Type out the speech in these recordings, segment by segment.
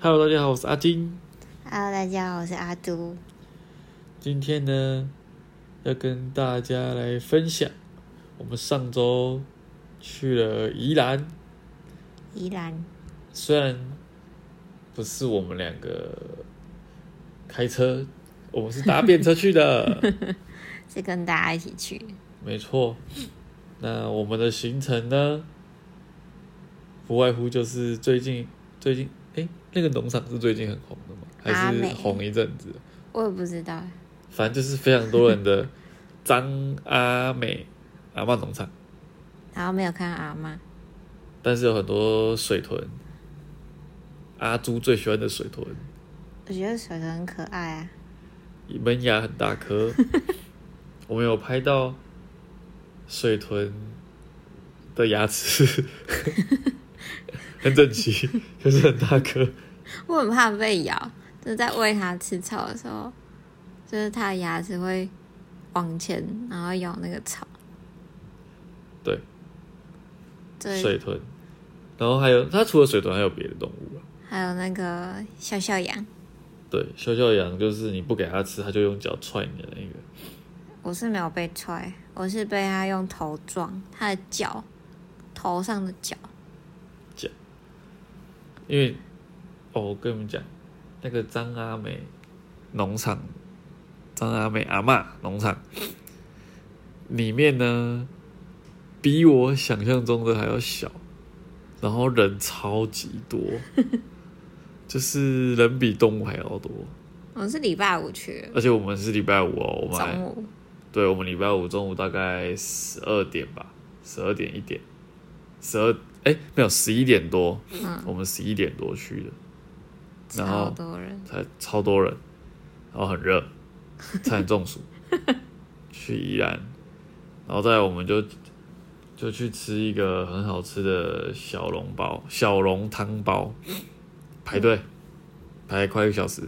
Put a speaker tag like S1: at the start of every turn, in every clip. S1: Hello，大家好，我是阿金。
S2: Hello，大家好，我是阿都。
S1: 今天呢，要跟大家来分享我们上周去了宜兰，
S2: 依然，
S1: 虽然不是我们两个开车，我们是搭便车去 的，
S2: 是跟大家一起去，
S1: 没错。那我们的行程呢，不外乎就是最近最近，哎、那个农场是最近很红的吗？还
S2: 阿
S1: 是
S2: 美
S1: 红一阵子？
S2: 我也不知道，
S1: 反正就是非常多人的张阿美阿嬷农场，
S2: 然后没有看到阿妈，
S1: 但是有很多水豚，阿朱最喜欢的水豚，
S2: 我觉得水豚很可爱啊。
S1: 门牙很大颗。我们有拍到水豚的牙齿， 很整齐，可是很大颗。
S2: 我很怕被咬，就是在喂它吃草的时候，就是它的牙齿会往前，然后咬那个草。
S1: 对，
S2: 对，
S1: 水豚，然后还有它除了水豚还有别的动物啊。
S2: 还有那个笑笑羊，
S1: 对，小小羊就是你不给它吃，它就用脚踹你的那个。
S2: 我是没有被踹，我是被它用头撞，它的脚，头上的脚。
S1: 因为哦，我跟你们讲，那个张阿美农场，张阿美阿嬷农场里面呢，比我想象中的还要小，然后人超级多， 就是人比动物还要多。
S2: 我是礼拜五去的，
S1: 而且我们是礼拜五哦，我们 还
S2: 中午
S1: 对，我们礼拜五中午大概十二点吧，十二点一点，十二哎没有十一点多，
S2: 嗯
S1: 我们十一点多去的。然后
S2: 超多人。
S1: 才超多人，然后很热，差点中暑。 去宜兰，然后再来我们就就去吃一个很好吃的小笼包、小笼汤包，排队、排快一个小时。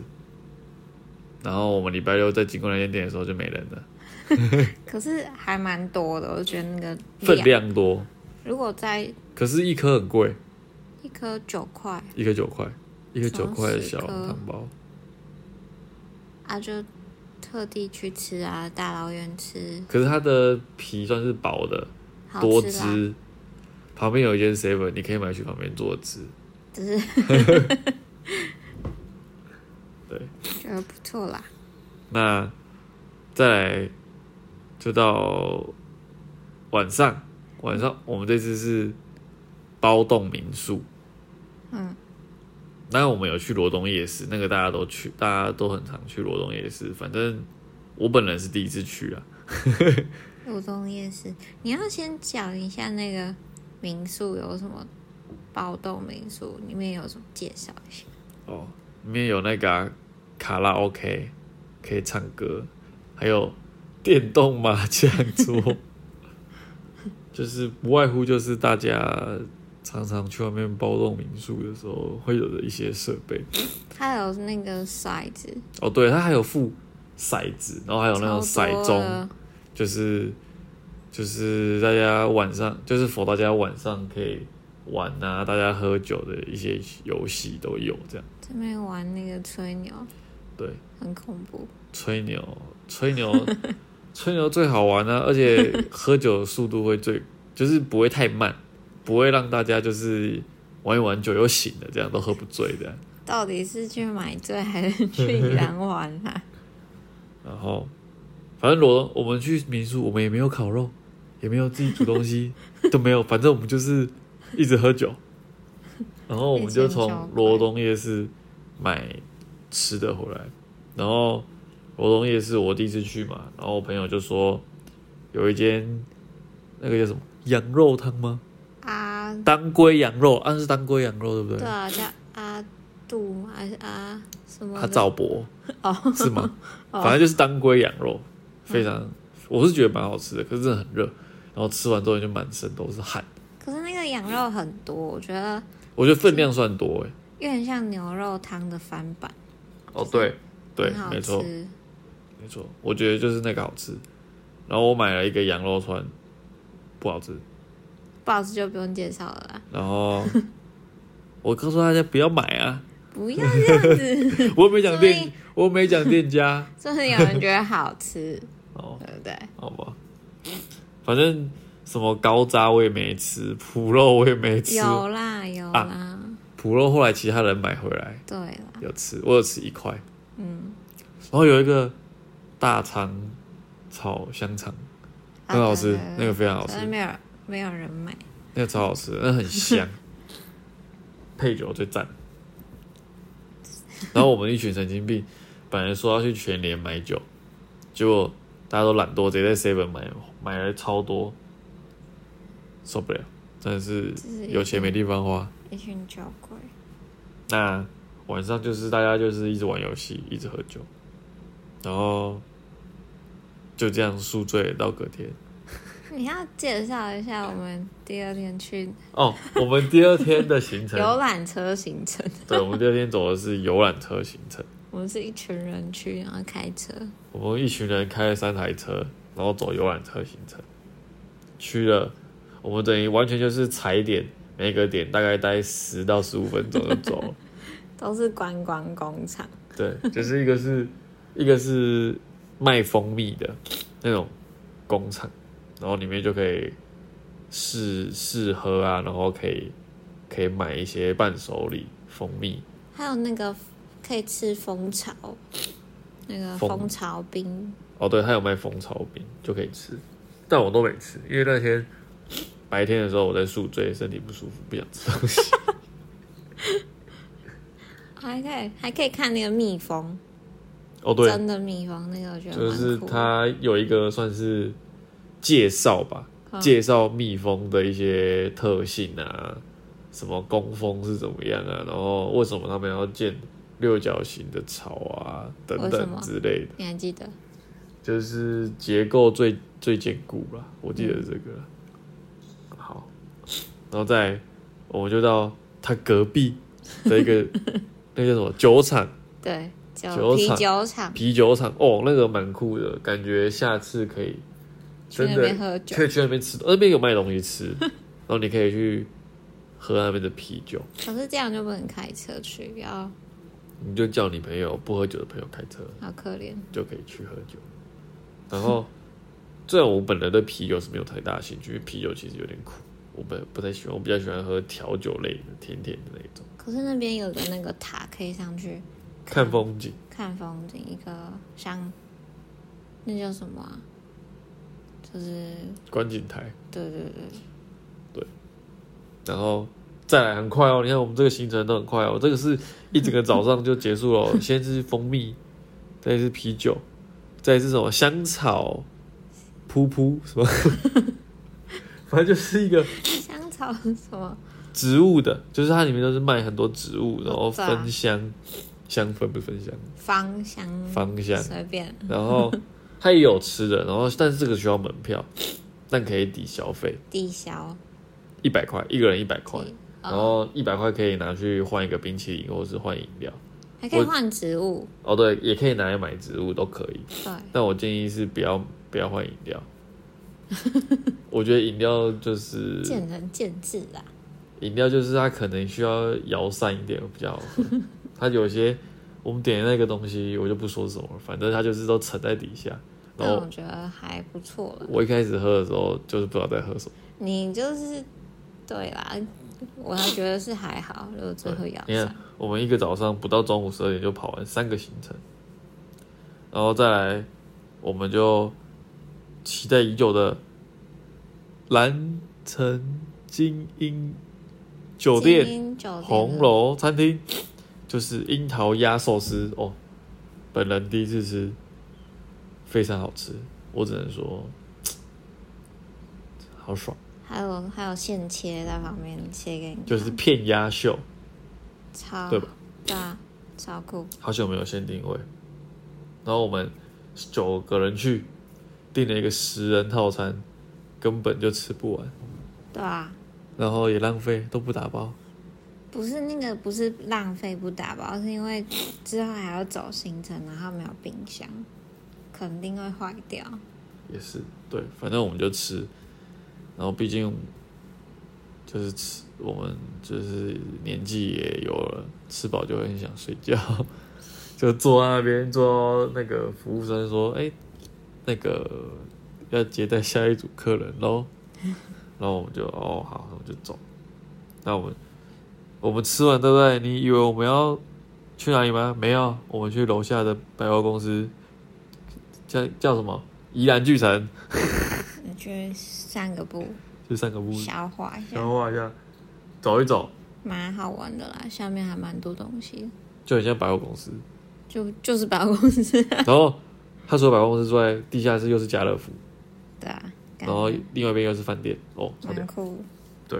S1: 然后我们礼拜六在经过那间店的时候就没人了，
S2: 可是还蛮多的，我觉得那个
S1: 分量多，
S2: 如果在
S1: 可是一颗很贵，
S2: 一颗九块
S1: 一颗九块，一颗九块的小
S2: 好像
S1: 笼
S2: 十颗
S1: 汤包。
S2: 啊，就特地去吃啊，大老远吃，
S1: 可是它的皮算是薄的，
S2: 好
S1: 多
S2: 吃啦，
S1: 汁，旁边有一间 seven，你可以买去旁边做汁。
S2: 只是
S1: 对，
S2: 觉得不错啦。
S1: 那再来就到晚上，晚上我们这次是包栋民宿，
S2: 嗯，
S1: 那我们有去罗东夜市，那个大家都去，大家都很常去罗东夜市。反正我本人是第一次去啊，
S2: 罗东夜市，你要先讲一下那个民宿有什么暴动民宿里面有什么介绍一下？
S1: 哦，里面有那个啊、卡拉 OK 可以唱歌，还有电动麻将桌， 就是不外乎就是大家常常去外面包栋民宿的时候会有的一些设备。
S2: 它有那个骰子，
S1: 哦，对，它还有附骰子，然后还有那种
S2: 哦超多
S1: 骰盅，
S2: 啊的
S1: 就是就是大家晚上就是否大家晚上可以玩啊，大家喝酒的一些游戏都有这样。
S2: 这边玩那个吹牛，
S1: 对，
S2: 很恐怖。
S1: 吹牛，吹牛， 吹牛最好玩啊！而且喝酒的速度会最， 就是不会太慢，不会让大家就是玩一玩酒又醒了，这样都喝不醉的。
S2: 到底是去买醉还是去 宜兰玩啊？
S1: 然后，反正罗我们去民宿，我们也没有烤肉，也没有自己煮东 西，都没有，反正我们就是一直喝酒。然后我们就
S2: 一直
S1: 从
S2: 很
S1: 罗东夜市买吃的回来，然后罗东夜市我第一次去嘛，然后我朋友就说有一间那个叫什么羊肉汤吗？
S2: 啊，
S1: 当归羊肉，啊是当归羊肉对不对？
S2: 对啊，叫阿杜还是阿什么的？
S1: 他赵博
S2: 哦，
S1: 是吗？
S2: 哦
S1: 反正就是当归羊肉，非常，我是觉得蛮好吃的，可是真的很热，然后吃完之后就满身都是汗，
S2: 可是那个羊肉很多，我觉得
S1: 我觉得分量算多哎、
S2: 有点像牛肉汤的翻版，
S1: 哦，对，对
S2: 很，好
S1: 没错，
S2: 吃。
S1: 没错，我觉得就是那个好吃。然后我买了一个羊肉串，不好吃。
S2: 不好吃就不用介绍了啦。
S1: 然后我告诉大家不要买啊，
S2: 不要这样子，
S1: 我没讲
S2: 所以
S1: 店，我没讲店家
S2: 说不定有人觉得好吃，
S1: 哦，
S2: 对不对？
S1: 好吧，反正什么高渣我也没吃， 脯肉我也没吃，
S2: 有啦有啦，
S1: 啊脯肉后来其他人买回来
S2: 对啦，
S1: 有吃，我有吃一块，
S2: 嗯，
S1: 然后有一个大肠炒香肠，很好吃，那个非常好吃
S2: 可，是没有人没有人买，
S1: 那个超好吃，那很香，配酒最赞。然后我们一群神经病，本来说要去全联买酒，结果大家都懒惰，直接在 Seven 买，买了超多，受不了，真的是
S2: 就是
S1: 有钱没地方花。
S2: 一群酒鬼，
S1: 那晚上就是大家就是一直玩游戏，一直喝酒，然后就这样宿醉到隔天。
S2: 你要介绍一下我们第二天去
S1: 哦， 我们第二天的行程，
S2: 游览车行程，
S1: 对，我们第二天走的是游览车行程。
S2: 我们是一群人去，然后开车，
S1: 我们一群人开了三台车，然后走游览车行程，去了，我们等于完全就是踩点，每个点大概待十到十五分钟就走了。
S2: 都是观光工厂，
S1: 对，就是一个是一个是卖蜂蜜的那种工厂，然后里面就可以试试喝啊，然后可以可以买一些伴手礼，蜂蜜
S2: 还有那个可以吃蜂巢，那个
S1: 蜂
S2: 蜂巢冰，
S1: 哦，对，他有卖蜂巢冰，就可以吃，但我都没吃，因为那天白天的时候我在宿醉，身体不舒服，不想吃东西。
S2: 哦还可以还可以看那个蜜蜂，
S1: 哦，对，
S2: 真的蜜蜂，那个我觉得
S1: 就
S2: 蛮
S1: 是
S2: 酷的
S1: 他有一个算是介绍吧，
S2: 嗯
S1: 介绍蜜蜂的一些特性啊，什么工蜂是怎么样啊，然后为什么他们要建六角形的巢啊，等
S2: 为什么
S1: 等之类的。
S2: 你还记得？
S1: 就是结构最最坚固啦，我记得这个啦。好，然后再来我们就到他隔壁的一 个那叫什么酒厂、
S2: 对，酒
S1: 酒
S2: 啤
S1: 厂
S2: 酒厂
S1: 啤酒厂哦，那个蛮酷的，感觉下次可以
S2: 去
S1: 真
S2: 那
S1: 的
S2: 边喝酒
S1: 可以去那边吃，呃那边有卖东西吃， 然后你可以去喝那边的啤酒，
S2: 可是这样就不能开车去，要
S1: 你就叫你朋友不喝酒的朋友开车，
S2: 好可怜。
S1: 就可以去喝酒。然后， 虽然我本人对啤酒是没有太大兴趣，因为啤酒其实有点苦，我本不太喜欢，我比较喜欢喝调酒类的，甜甜的那一种，
S2: 可是那边有个那个塔可以上去
S1: 看风景。
S2: 看风景，一个像那叫什么、啊？就是
S1: 观景台，
S2: 对对对，
S1: 然后再来很快哦，你看我们这个行程都很快哦，这个是一整个早上就结束了哦，先是蜂蜜，再是啤酒，再是什么香草噗噗什么，反正就是一个
S2: 香草是什么？
S1: 植物的，就是它里面都是卖很多植物，然后
S2: 对啊
S1: 分香，香氛不是分香，
S2: 嗯芳香，
S1: 芳香，
S2: 随便。
S1: 然后它也有吃的，然后但是这个需要门票，但可以抵消费
S2: 地销，
S1: 一百块，一个人一百块，
S2: 地
S1: 然后一百块可以拿去换一个冰淇淋或是换饮料，
S2: 还可以
S1: 我
S2: 换植物，
S1: 哦对，也可以拿来买植物都可以，
S2: 对，
S1: 但我建议是不要不要换饮料，我觉得饮料就是
S2: 见仁见智啦。
S1: 饮料就是它可能需要摇散一点比较好喝。它有些我们点的那个东西，我就不说什么了，反正它就是都沉在底下。然
S2: 但我
S1: 后
S2: 觉得还不错了。
S1: 我一开始喝的时候，就是不知道在喝什么。
S2: 你就是对啦，我还觉得是还好，如果最后咬
S1: 你看
S2: 上，，
S1: 我们一个早上不到中午十二点就跑完三个行程，然后再来，我们就期待已久的蓝城精英酒店。
S2: 精英酒店啊
S1: 红楼餐厅，就是樱桃鸭寿司哦，本人第一次吃，非常好吃，我只能说，好爽，
S2: 还有还有现切在旁边切给你看，
S1: 就是片鸭秀，
S2: 超
S1: 对吧？
S2: 对啊，超酷，
S1: 好久没有限定位，然后我们九个人去订了一个十人套餐，根本就吃不完，
S2: 对啊。
S1: 然后也浪费，都不打包，
S2: 不是那个，不是浪费不打包，是因为之后还要走行程，然后没有冰箱，肯定会坏掉。
S1: 也是对，反正我们就吃，然后毕竟就是吃我们就是年纪也有了，吃饱就很想睡觉， 就坐在那边坐到那个服务生说：“哎、那个要接待下一组客人喽。”然后我们就哦好，我们就走。那我们我们吃完对不对？你以为我们要去哪里吗？没有，我们去楼下的百货公司，叫叫什么？宜兰巨城，
S2: 你去散个步，
S1: 去散个步，
S2: 消化一下
S1: 消，化一下，走一走，
S2: 蛮好玩的啦。下面还蛮多东西的，
S1: 就很像百货公司。
S2: 就就是百货公司，
S1: 然后他除了百货公司之外，地下室又是家乐福，
S2: 对啊，感
S1: 然后
S2: 觉
S1: 另外一边又是饭店。哦，差点
S2: 蛮。酷。
S1: 对，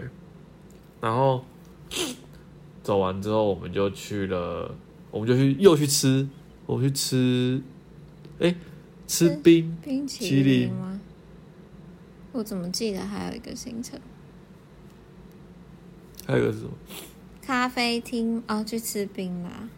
S1: 然后走完之后，我们就去了，我们就去又去吃，我们去吃，哎，吃
S2: 吃
S1: 冰
S2: 冰淇
S1: 淇淋
S2: 淋吗？我怎么记得还有一个行程，
S1: 还有一个是什么？
S2: 咖啡厅哦，去吃冰啦。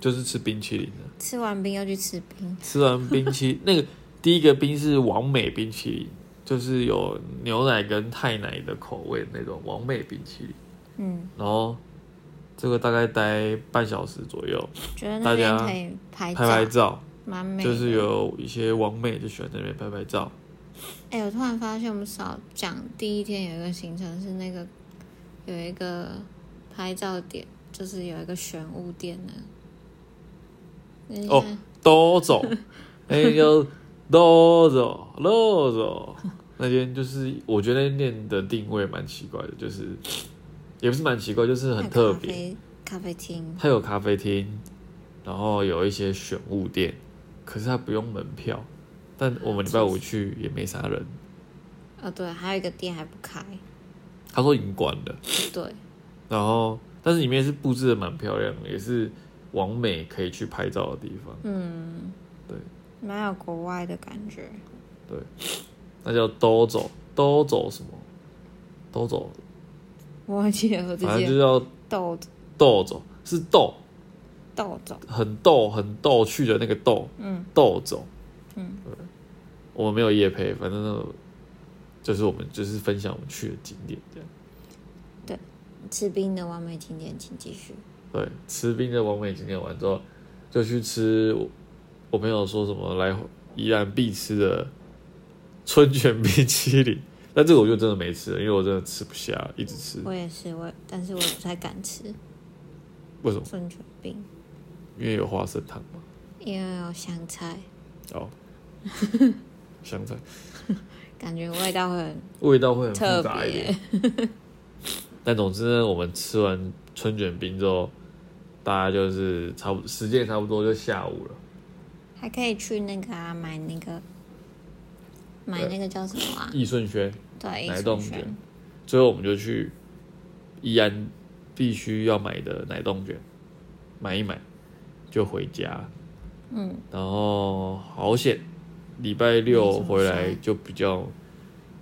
S1: 就是吃冰淇淋的。
S2: 吃完冰又去吃冰，
S1: 吃完冰淇 那个第一个冰是王美冰淇淋，就是有牛奶跟太奶的口味那种王美冰淇淋。
S2: 嗯，
S1: 然后这个大概待半小时左右，
S2: 觉得那边
S1: 大家
S2: 可以拍
S1: 拍拍
S2: 照，
S1: 照，
S2: 蛮美的。
S1: 就是有一些王美就喜欢在那边拍拍照。
S2: 哎、我突然发现我们少讲第一天有一个行程是那个有一个拍照点，就是有一个玄武店呢。你
S1: 哦
S2: 看，
S1: 都 走，那就都走，都走。那间就是我觉得那店的定位蛮奇怪的，就是也不是蛮奇怪，就是
S2: 还
S1: 很
S2: 有
S1: 特
S2: 咖
S1: 别。
S2: 啡咖啡厅，
S1: 它有咖啡厅，然后有一些选物店，可是它不用门票。但我们礼拜五去也没啥人，
S2: 哦对，还有一个店还不开，
S1: 他说已经关了。
S2: 对，
S1: 然后，但是里面是布置的蛮漂亮的，也是完美可以去拍照的地方。
S2: 嗯，
S1: 对，
S2: 蛮有国外的感觉。
S1: 那叫都走，都走什么？都走，
S2: 我忘记了，我直
S1: 反正就
S2: 接
S1: 叫
S2: 豆
S1: 豆走，是豆，
S2: 豆走，
S1: 很逗，很逗趣的那个逗，
S2: 嗯，
S1: 豆走。
S2: 嗯
S1: 对，我们没有夜配，反正那个就是我们就是分享我们去的景点这样。
S2: 吃冰的完美景点，请继续。
S1: 对，吃冰的完美景点完之后，就去吃我我朋友说什么来宜兰必吃的春卷冰淇淋，但这个我就真的没吃了，因为我真的吃不下，一直吃。
S2: 我也是，我但是我不太敢吃
S1: 为什么？
S2: 春卷冰，
S1: 因为有花生糖嘛。
S2: 因为有香菜，
S1: 哦，香菜
S2: 感觉味道会很
S1: 味道会很复
S2: 特
S1: 杂一点。
S2: 别。
S1: 但总之呢，我们吃完春卷冰之后，大家就是差不多时间也差不多就下午了。
S2: 还可以去那个啊，买那个买那个叫什么啊？
S1: 易顺轩
S2: 对，
S1: 奶
S2: 益
S1: 冻
S2: 生
S1: 卷
S2: 菌，，
S1: 最后我们就去宜安必须要买的奶冻卷买一买，就回家。
S2: 嗯，
S1: 然后好险，礼拜
S2: 没
S1: 六
S2: 什么
S1: 回来
S2: 塞
S1: 就比较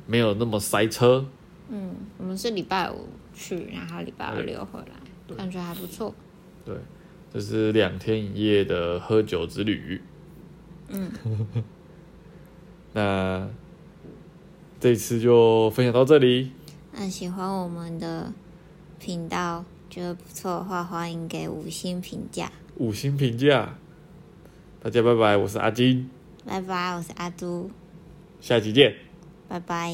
S1: 没有那么塞车。
S2: 嗯，我们是礼拜五去，然后礼拜六回来，感觉还不错。
S1: 对，这是两天一夜的喝酒之旅。 嗯，那这次就分享到这里。
S2: 那喜欢我们的频道，觉得不错的话，欢迎给五星评价。
S1: 五星评价，大家拜拜，我是阿金，
S2: 拜拜，我是阿朱，
S1: 下期见。
S2: 拜拜。